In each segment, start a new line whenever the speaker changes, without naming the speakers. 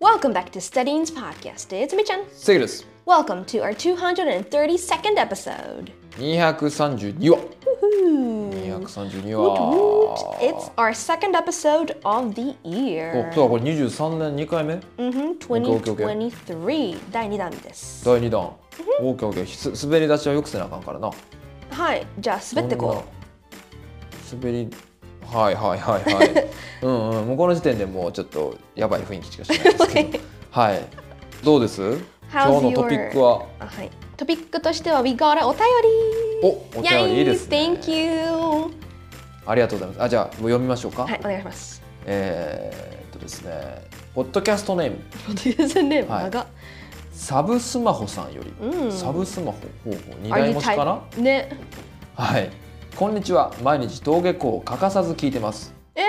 Welcome back to Studying's podcast. It's Michan.
セグです。
Welcome to our 232nd episode.
232話。
Woohoo!
232
Woot,
話。
It's our second episode of the
お、
year.
そうだ、これ23年2回目
Mhm,
オッケー、オッケー。
2023第2弾です。
第2弾。オーケーオーケーひす。滑り出しはよくせなあかんからな。
はい、じゃあ滑ってこ
そんな。滑り。はいはいはいはい。 うんうん。もうこの時点でもうちょっとやばい雰囲気しかしないですけ ど。はい。どうです
How's
今日のトピックは。
う。あはい、トピックとしては We got a お便
お、
り
お便りいいですね。
Yes, Thank you!
ありがとうございます。あ、じゃあもう読みましょうか。
はい、お願いします。
えーっとですね。ポッドキャストネーム。
Username
はい
長っ
サブスマホさんより、
うん
サブスマホ方法二
Are
台
you
持ちかな
type- ね。
はいこんにちは毎日登下校を欠かさず聞いてます
えー、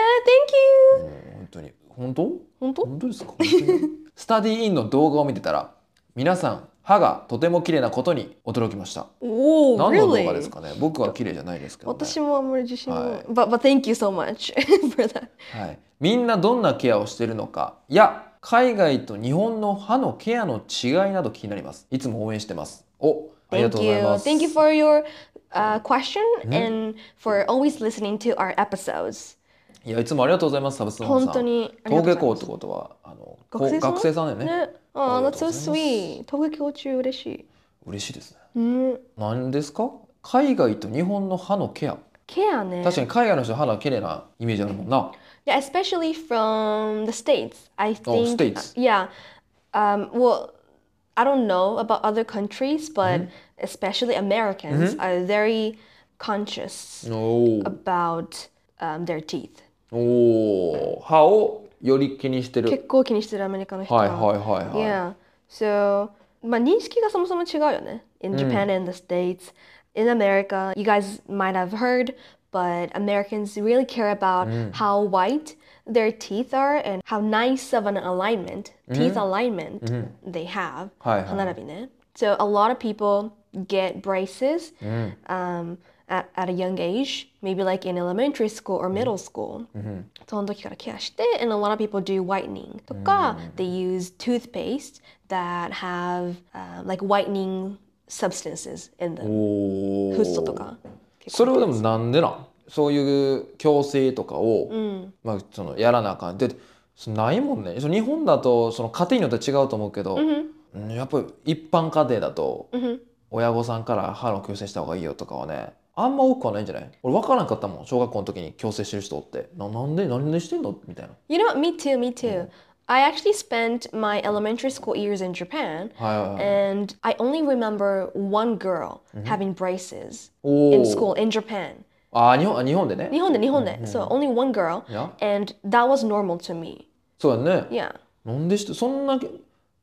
Thank Eh, you!
もう本当に本当
本当
本当ですか スタディインの動画を見てたら皆さん歯がとても綺麗なことに驚きました
おお、
何の動画
really?
ですかね僕は綺麗じゃないですけど、ね、
私もあんまり自信
は
ない
い。
But, but thank you so much for that.
はい、みんなどんなケアをしているのかや海外と日本の歯のケアの違いなど気になりますいつも応援してますおありがと
Thank
うござい
you.
ます
Thank you for your uh, question and for always listening to our episodes.
いやいつもありがとうございますサブスマホさん
本当にありがと
登
うございます
下校ってことはあのこ
学生
う
さん
学生さんだよね
ね。あ
あ
あ、
り
that's
がと
so
うございます
sweet. 登下校中嬉しい。
嬉しいですね
うん、
何ですか海外と日本の歯のケア
ケアね。
確かに海外の人は歯が綺麗なイメージあるもんな
Yeah, especially from the states. I think.
Oh,
uh,
States.
Yeah. Um, well, I don't know about other countries, but
Mm-hmm.
especially Americans are very conscious
おー
about um, their teeth.
おー歯をより気にしてる
結構気にしてるアメリカの人は。
はいはいはいはい
Yeah. So, まあ認識がそもそも違うよね。In
Mm.
Japan and the States, in America, you guys might have heard, but Americans really care about
Mm.
how white their teeth are and how nice of an alignment,
Mm-hmm.
teeth alignment they have.
はいはい
歯並びね。So a lot of people get braces um, at, at a young age, maybe like in elementary school or middle school. その時からケアして、and a lot of people do whitening とか、they use toothpaste that have、uh, like whitening substances in them.
お
フッ素と
ー
か。
それはでもなんでなんそういう矯正とかを、まあ、そのやらなあかんでそないもんねその日本だとその家庭によって違うと思うけど、うんやっぱり一般家庭だと、親御さんから歯の矯正した方がいいよとかはねあんま多くはないんじゃない俺分からんかったもん小学校の時に矯正してる人ってななんで何でしてんのみたいな
You know what? Me too, me
Mm。
too. I actually spent my elementary school years in Japan.
はいはいはい
And I only remember one girl
Mm-hmm.
having braces
お
in
ー
school in Japan.
あー日本あ日本でね
日本で日本
Mm-hmm.
で。So only one girl.
いや
And that was normal to me.
そうだね
Yeah.
なんでしてそんな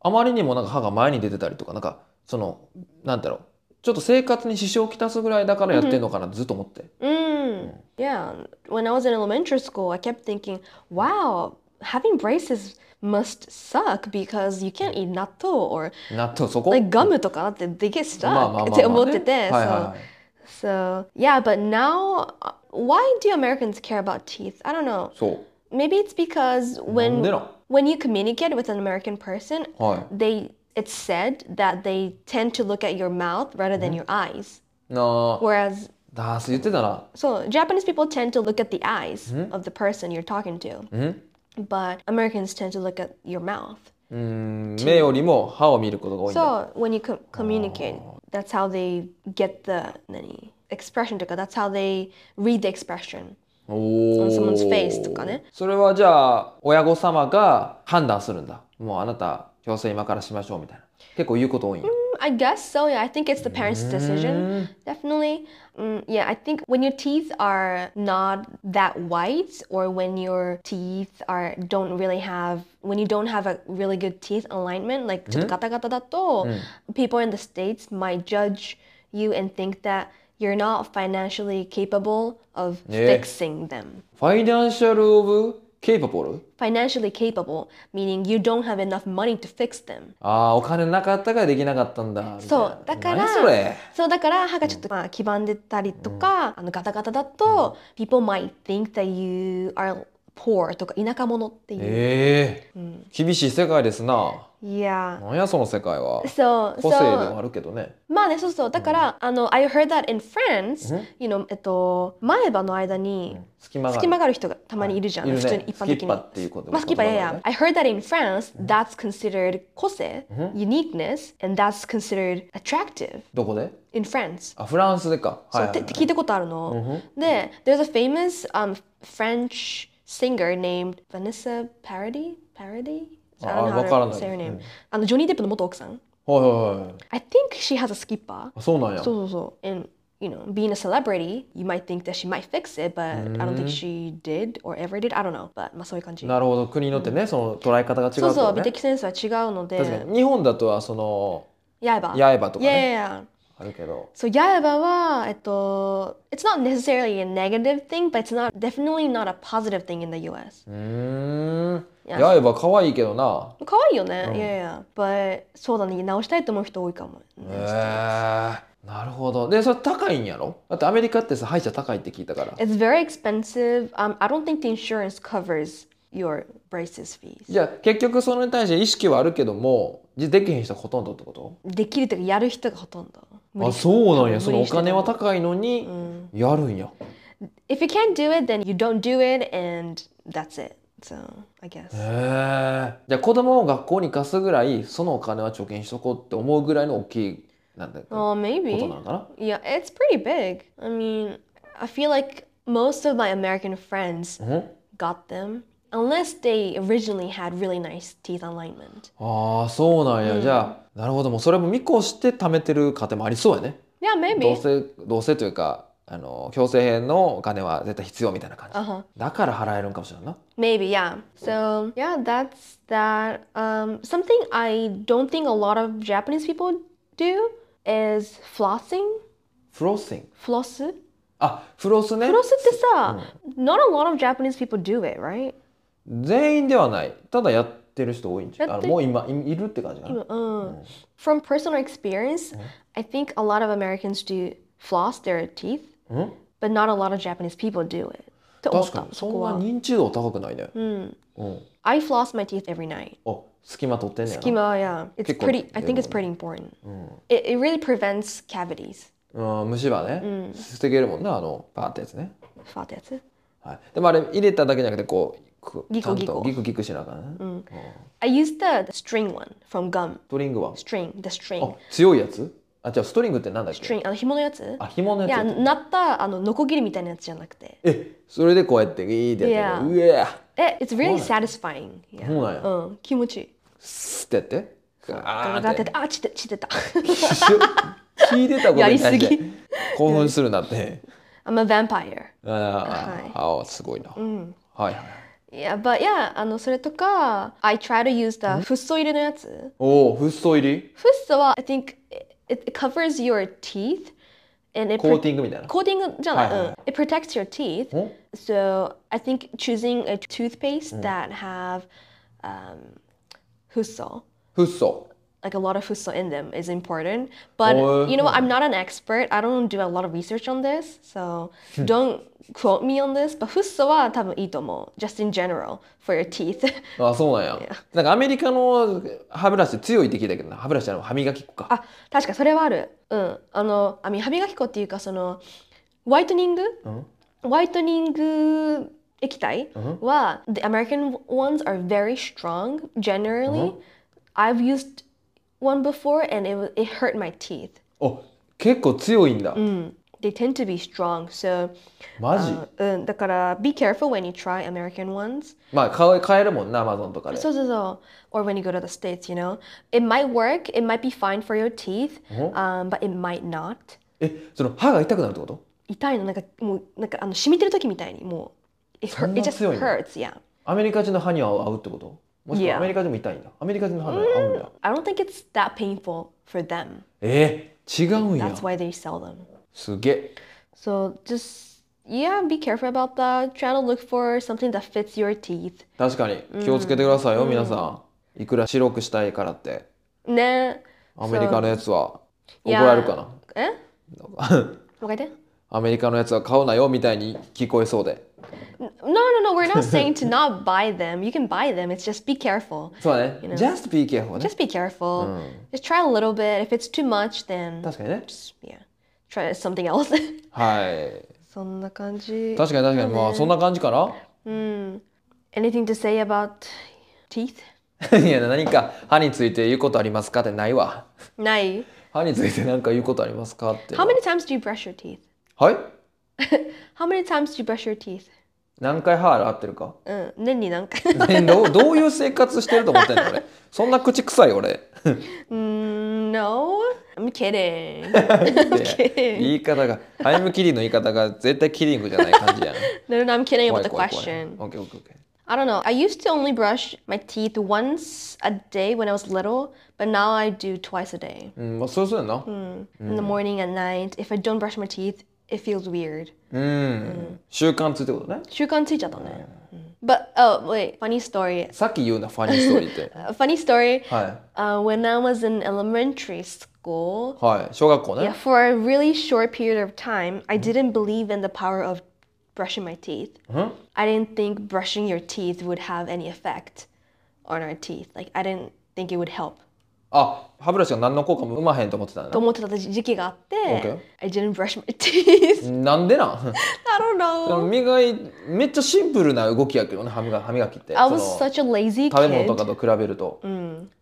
あまりにもなんか歯が前に出てたりとかなんかそのなんだろうちょっと生活に支障をきたすぐらいだからやってんのかなってずっと思って、
Mm. Yeah. When I was in elementary school, I kept thinking, wow, having braces must suck because you can't eat natto or
納豆そこ、
like gum とかって they get
Oh. まあま
stuck
あまあま
っ
あ
て思ってて。
ねはいはいはい
So, so yeah, but now, uh, why do Americans care about teeth? I don't know.
そう
Maybe it's because
なん
when
でなん、
when you communicate with an American person,
は
they it's said that they tend to look at your mouth rather than your eyes.
い、なあ
Whereas
ダース言ってたな
so Japanese people tend to look at the eyes of the person you're talking to. But Americans tend to look at your mouth.
うーん目よりも歯を見ることが多いんだ
So when you co- communicate, that's how they get the 何 expression とか that's how they read the expression.
お
on
ー
someone's face とかね
それはじゃあ親御様が判断するんだもうあなた矯正今からしましょうみたいな結構言うこと多いんや
I guess so. Yeah, I think it's the parents' decision. Definitely. Mm, yeah, I think when your teeth are not that white, or when your teeth are don't really have when you don't have a really good teeth alignment, like ちょっとガタガタだと people in the states might judge you and think that you're not financially capable of
Yeah.
fixing them.
ファイナンシャル・オブ・ケイパブル
Financially capable, meaning you don't have enough money to fix them.
ああお金なかったからできなかったんだ
そう
みたいな
だから
何それ
そうだから歯がちょっとまあ黄ばんでたりとか、あのガタガタだと、people might think that you are poor とか田舎者っていう、
え
う
え厳しい世界ですな。
ん、いや
なんやその世界は。
そう
個性で
そう
はあるけどね。
まあね、そうそう。だから、あの、I heard that in France,
うん
you know, えっと、前歯の間に
隙間がある。
隙間がある人がたまにいるじゃん。
はいいる
普
ね
通に一般的に。
スキッパっていうこと
まあ、スキッパ、いやいや。I heard that in France, that's considered 個性、uniqueness, and that's considered attractive
どこで
in France.
あ、フランスでか。
そう、ってって聞いたことあるの。で、there's a famous、um, French singer named Vanessa Paradis? Paradis? I
あ
don't know how
わから
to
ない
say her
う
name.
ん
あの、ジョニー・デップの元奥さん。
はいはいはい。
I think she has a skipper.
あそうなんや。
So, so, so. And, you know, being a celebrity, you might think that she might fix it, but I don't think she did or ever did. I don't know. But, まあそういう感じ。
なるほど。国によってね、その捉え方が違う
そうそう、
っ
美
てことね。
的センスは違うの
確か
で、
に。日本だとはその
八重歯。
八重歯とか
Yeah,
ね
yeah, yeah.
あるけど。
So, 八重歯は、えっと、it's not necessarily a negative thing, but it's not, definitely not a positive thing in the US.
うーん。
や
八重歯可愛いけどな。
可愛いよ
Oh.
ね。Yeah, yeah. But, そうだね、直したいと思う人多いかも。
へえなるほど。で、それ高いんやろだってアメリカってさ、歯医者高いって聞いたから。
It's very expensive. Um, I don't think the insurance covers your braces fees.
じゃあ結局それに対して意識はあるけどもじできへん人はほとんどってこと
できるというかやる人がほとんど無理
あそうなんや
多
そ
分無理
のお
してた
金は高いのにやるんや、
If you can't do it then you don't do it and that's it So I guess
へえじゃあ子供を学校に貸すぐらいそのお金は貯金しとこうって思うぐらいの大きいなんだこ
Oh
と
maybe
なのかな
Yeah it's pretty big I mean I feel like most of my American friends
うん
got them Unless they originally had really nice teeth alignment
ああそうなんや、じゃあなるほどもうそれも見越して貯めてる家庭もありそうやね
Yeah
ど
maybe
うせどうせというかあの強制編のお金は絶対必要みたいな感じ、
Uh-huh
だから払えるんかもしれんな
Maybe, yeah. So, yeah, that's that. Um, something I don't think a lot of Japanese people do is flossing.
フロッシング
Floss?
あフロスね
Floss ってさ、not a lot of Japanese people do it, right?
全員ではないただやってる人多いんじゃな
や
いあ
っ
の
て
もう今いいるって感じかな
Uh, From personal experience, I think a lot of Americans do floss their teeth, but not a lot of Japanese people do it. って思っ
確か
た
に
そ
そ
こ
んな
は
認知度高くないねうん、
I floss my teeth every night.
お隙間取ってんねやな
Schema, yeah. It's
結構
pretty, I think it's pretty important. It, it really prevents cavities.
うん虫歯ね、捨てけるもんなあのパーってやつね、
ファーってやつ
はい、でもあれ入れただけじゃなくてこうこう
ギ
ちゃ
コ
ん
ギコ
とギクギクしなあかんね、うん、
I used the, the string one from gum.
ストリングは
String, the
あ
string.
強いやつあじゃあストリングってなんだっけ
String, uh, あの紐のやつ
あ紐の
いや、
やつ
なった、あの、ノコギリみたいなやつじゃなくて。
えそれでこうやってギーってやって、
いや
うえー
え、it's Eh, really satisfying. Yeah. Mm,
そうなんや
うん、気持ちいい。
スってやってガ
ガ
ー
ガ
ンっ
ってて、あ、ちて、ちてた。
聞いてた ことに対し
やり
て
すぎ
興奮するなって
I'm a vampire.
あー、あーすごいな、はいはい
Yeah, but yeah, あの、それとか、I try to use the
Mm-hmm.
フッ素入れのやつ。
おおフッ素入り
フッ素は、I think it, it covers your teeth and it
コーティングみたいな
coating じゃない、
はい Oh. はいはい
うん It protects your teeth.
ん
So I think choosing a
Mm.
toothpaste that have um, fuso,
フッ素
like a lot of fuso in them, is important. But
Oh,
you know, what? I'm not an expert. I don't do a lot of research on this, so
Hmm.
don't quote me on this. But fuso は多分いいと思う。Just in general for your teeth.
あそうなんやなんかアメリカの歯ブラシ強いって聞いたけどな歯ブラシじゃない歯磨き粉か
あ、確かそれはある。うん。あの、あみ歯磨き粉っていうかそのホワイトニング、ホワイトニング液体は、the American ones are very strong generally.、I've
Uh-huh.
used one before and it wa- it hurt my teeth.
お結構強いんだ、
They tend to be strong. So uh,
マジ、
うん、だから be careful when you try American ones.
まあ買え買えるもんなアマゾンとかで
そうそうそう Or when you go to the States, you know. It might work, it might be fine for your teeth,、um,
Uh-huh.
but it might not.
えその歯が痛くなるってこと
痛いのなんかもうなんかあの染みてる時みたいにもう it,
そ
hurt,
ん
it
な
just
強いの
hurts yeah
アメリカ人の歯には合うってこともしく
Yeah
はアメリカ人も痛いんだアメリカ人の歯には合うんだ、
I don't think it's that painful for them
えー、違うんや
that's why they sell them
すげえ
so just yeah be careful about that try to look for something that fits your teeth
確かに気をつけてくださいよ、皆さんいくら白くしたいからって
ね
Oh, アメリカのやつは怒
いや Eh?
られるかな
えもう一回言って
アアメリカのやつは買うなよみたいに聞こえそうで
No, no, no. We're not saying to not buy them. You can buy them. It's just be careful.
そうだね
You know.
Just be careful ね
Just be careful.
Oh.
Just try a little bit. If it's too much, then
確かにね
just, yeah, try something else.
はい
そんな感じ。
確かに確かにまあそんな感じかな
うん。Anything to say about teeth?
いや何か歯について言うことありますかってないわ
ない。
歯について何か言うことありますかっていう
How
の
many times do you brush your teeth?
はい
How many times do you brush your teeth?
何回歯洗ってるか
うん。年に何回
ねどうどういう生活してると思ってんの俺そんな口臭い俺
Mm, No. I'm kidding.
言い方が「I'm kidding」の言い方が絶対キリングじゃない感じ やん
No, no, no, I'm kidding
怖
about
い
the
怖い怖い OKOKOK
question. I don't know. I used to only brush my teeth once a day when I was little, but now I do twice a day.
うんまあそうそうやな
In the morning and night. If I don't brush my teeth, it feels weird.
うん習慣ついてことね
習慣ついちゃったね。But oh wait, funny story.
さっき言うなファニーストーリーって
A funny story.
は
Uh, when I was in elementary school,
いはい小学校
yeah,
ね
for a really short period of time, I didn't believe in the power of brushing my teeth. I didn't think brushing your teeth would have any effect on our teeth. Like I didn't think it would help.
あ歯ブラシが何の効果も生まへんと思ってたんだ
と思ってた時期があって、
Okay.
I didn't brush my teeth.
なんでなん
I don't know.
その磨いめっちゃシンプルな動きやけどね歯磨歯磨きって
I was
その
such a lazy
食べ物と
kid.
かと比べると、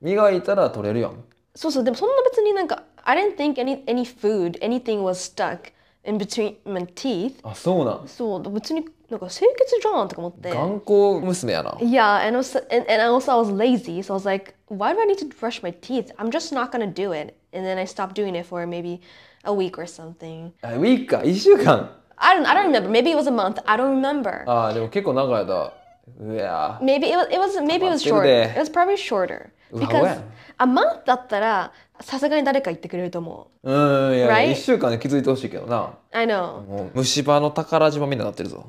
磨いたら取れるやん
そうそう、でもそんな別になんか、I didn't think any, any food, anything was stuck in between my teeth.
あそうなん
そう、別になんか清潔じゃんとか思って。
頑固娘やな
Yeah, and, also, and, and also I was lazy, so I was like, why do I need to brush my teeth? I'm just not gonna do it. And then I stopped doing it for maybe a week or something.
あウィークか1週間
I don't, I don't remember. Maybe it was a month. I don't remember.
あーでも結構長い間うわ
Maybe it was, it was maybe it was
溜ま
shorter.
ってるで
It was probably shorter
わ
because
親
a month だったらさすがに誰か言ってくれると思う。
ーうんいや、
Right？
1週間で気づいてほしいけどな
I know.
もう虫歯の宝島みたいになってるぞ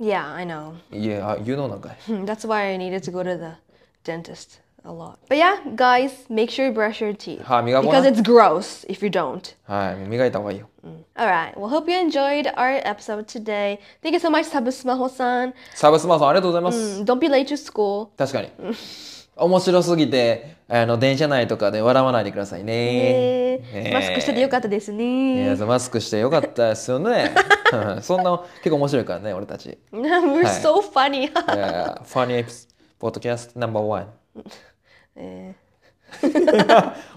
Yeah, I know.
いやあ you know なんかい
Hmm, That's why I needed to go to the dentist a lot. But yeah, guys, make sure you brush your teeth
歯磨こう
because
な
it's gross if you don't.
はいもう磨いた方がいいよ
All right. Well, hope you enjoyed our episode today. Thank you so much, Sabusmaho-san.
サーブスマーさんありがとうございます、
Mm, Don't be late to school.
確かに面白すぎてあの電車内とかで笑わないでくださいね
えーマスクしててよかったです
いや
ね。
マスクしてよかったですよね そんな結構面白いからね俺たち
We're
はい
so funny.
ファニーエピスポッドキャストナンバーワン
え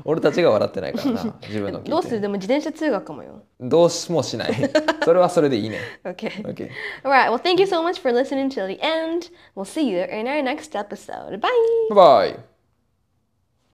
俺たちが笑ってないからな自分の
ーどう
聞い
す
て
るでも自転車通学かもよ。
どうしもしないそれはそれでいいね
Okay.
OK
All right. Well, thank you so much for listening till the end. We'll see you in our next episode. Bye.
バイバイ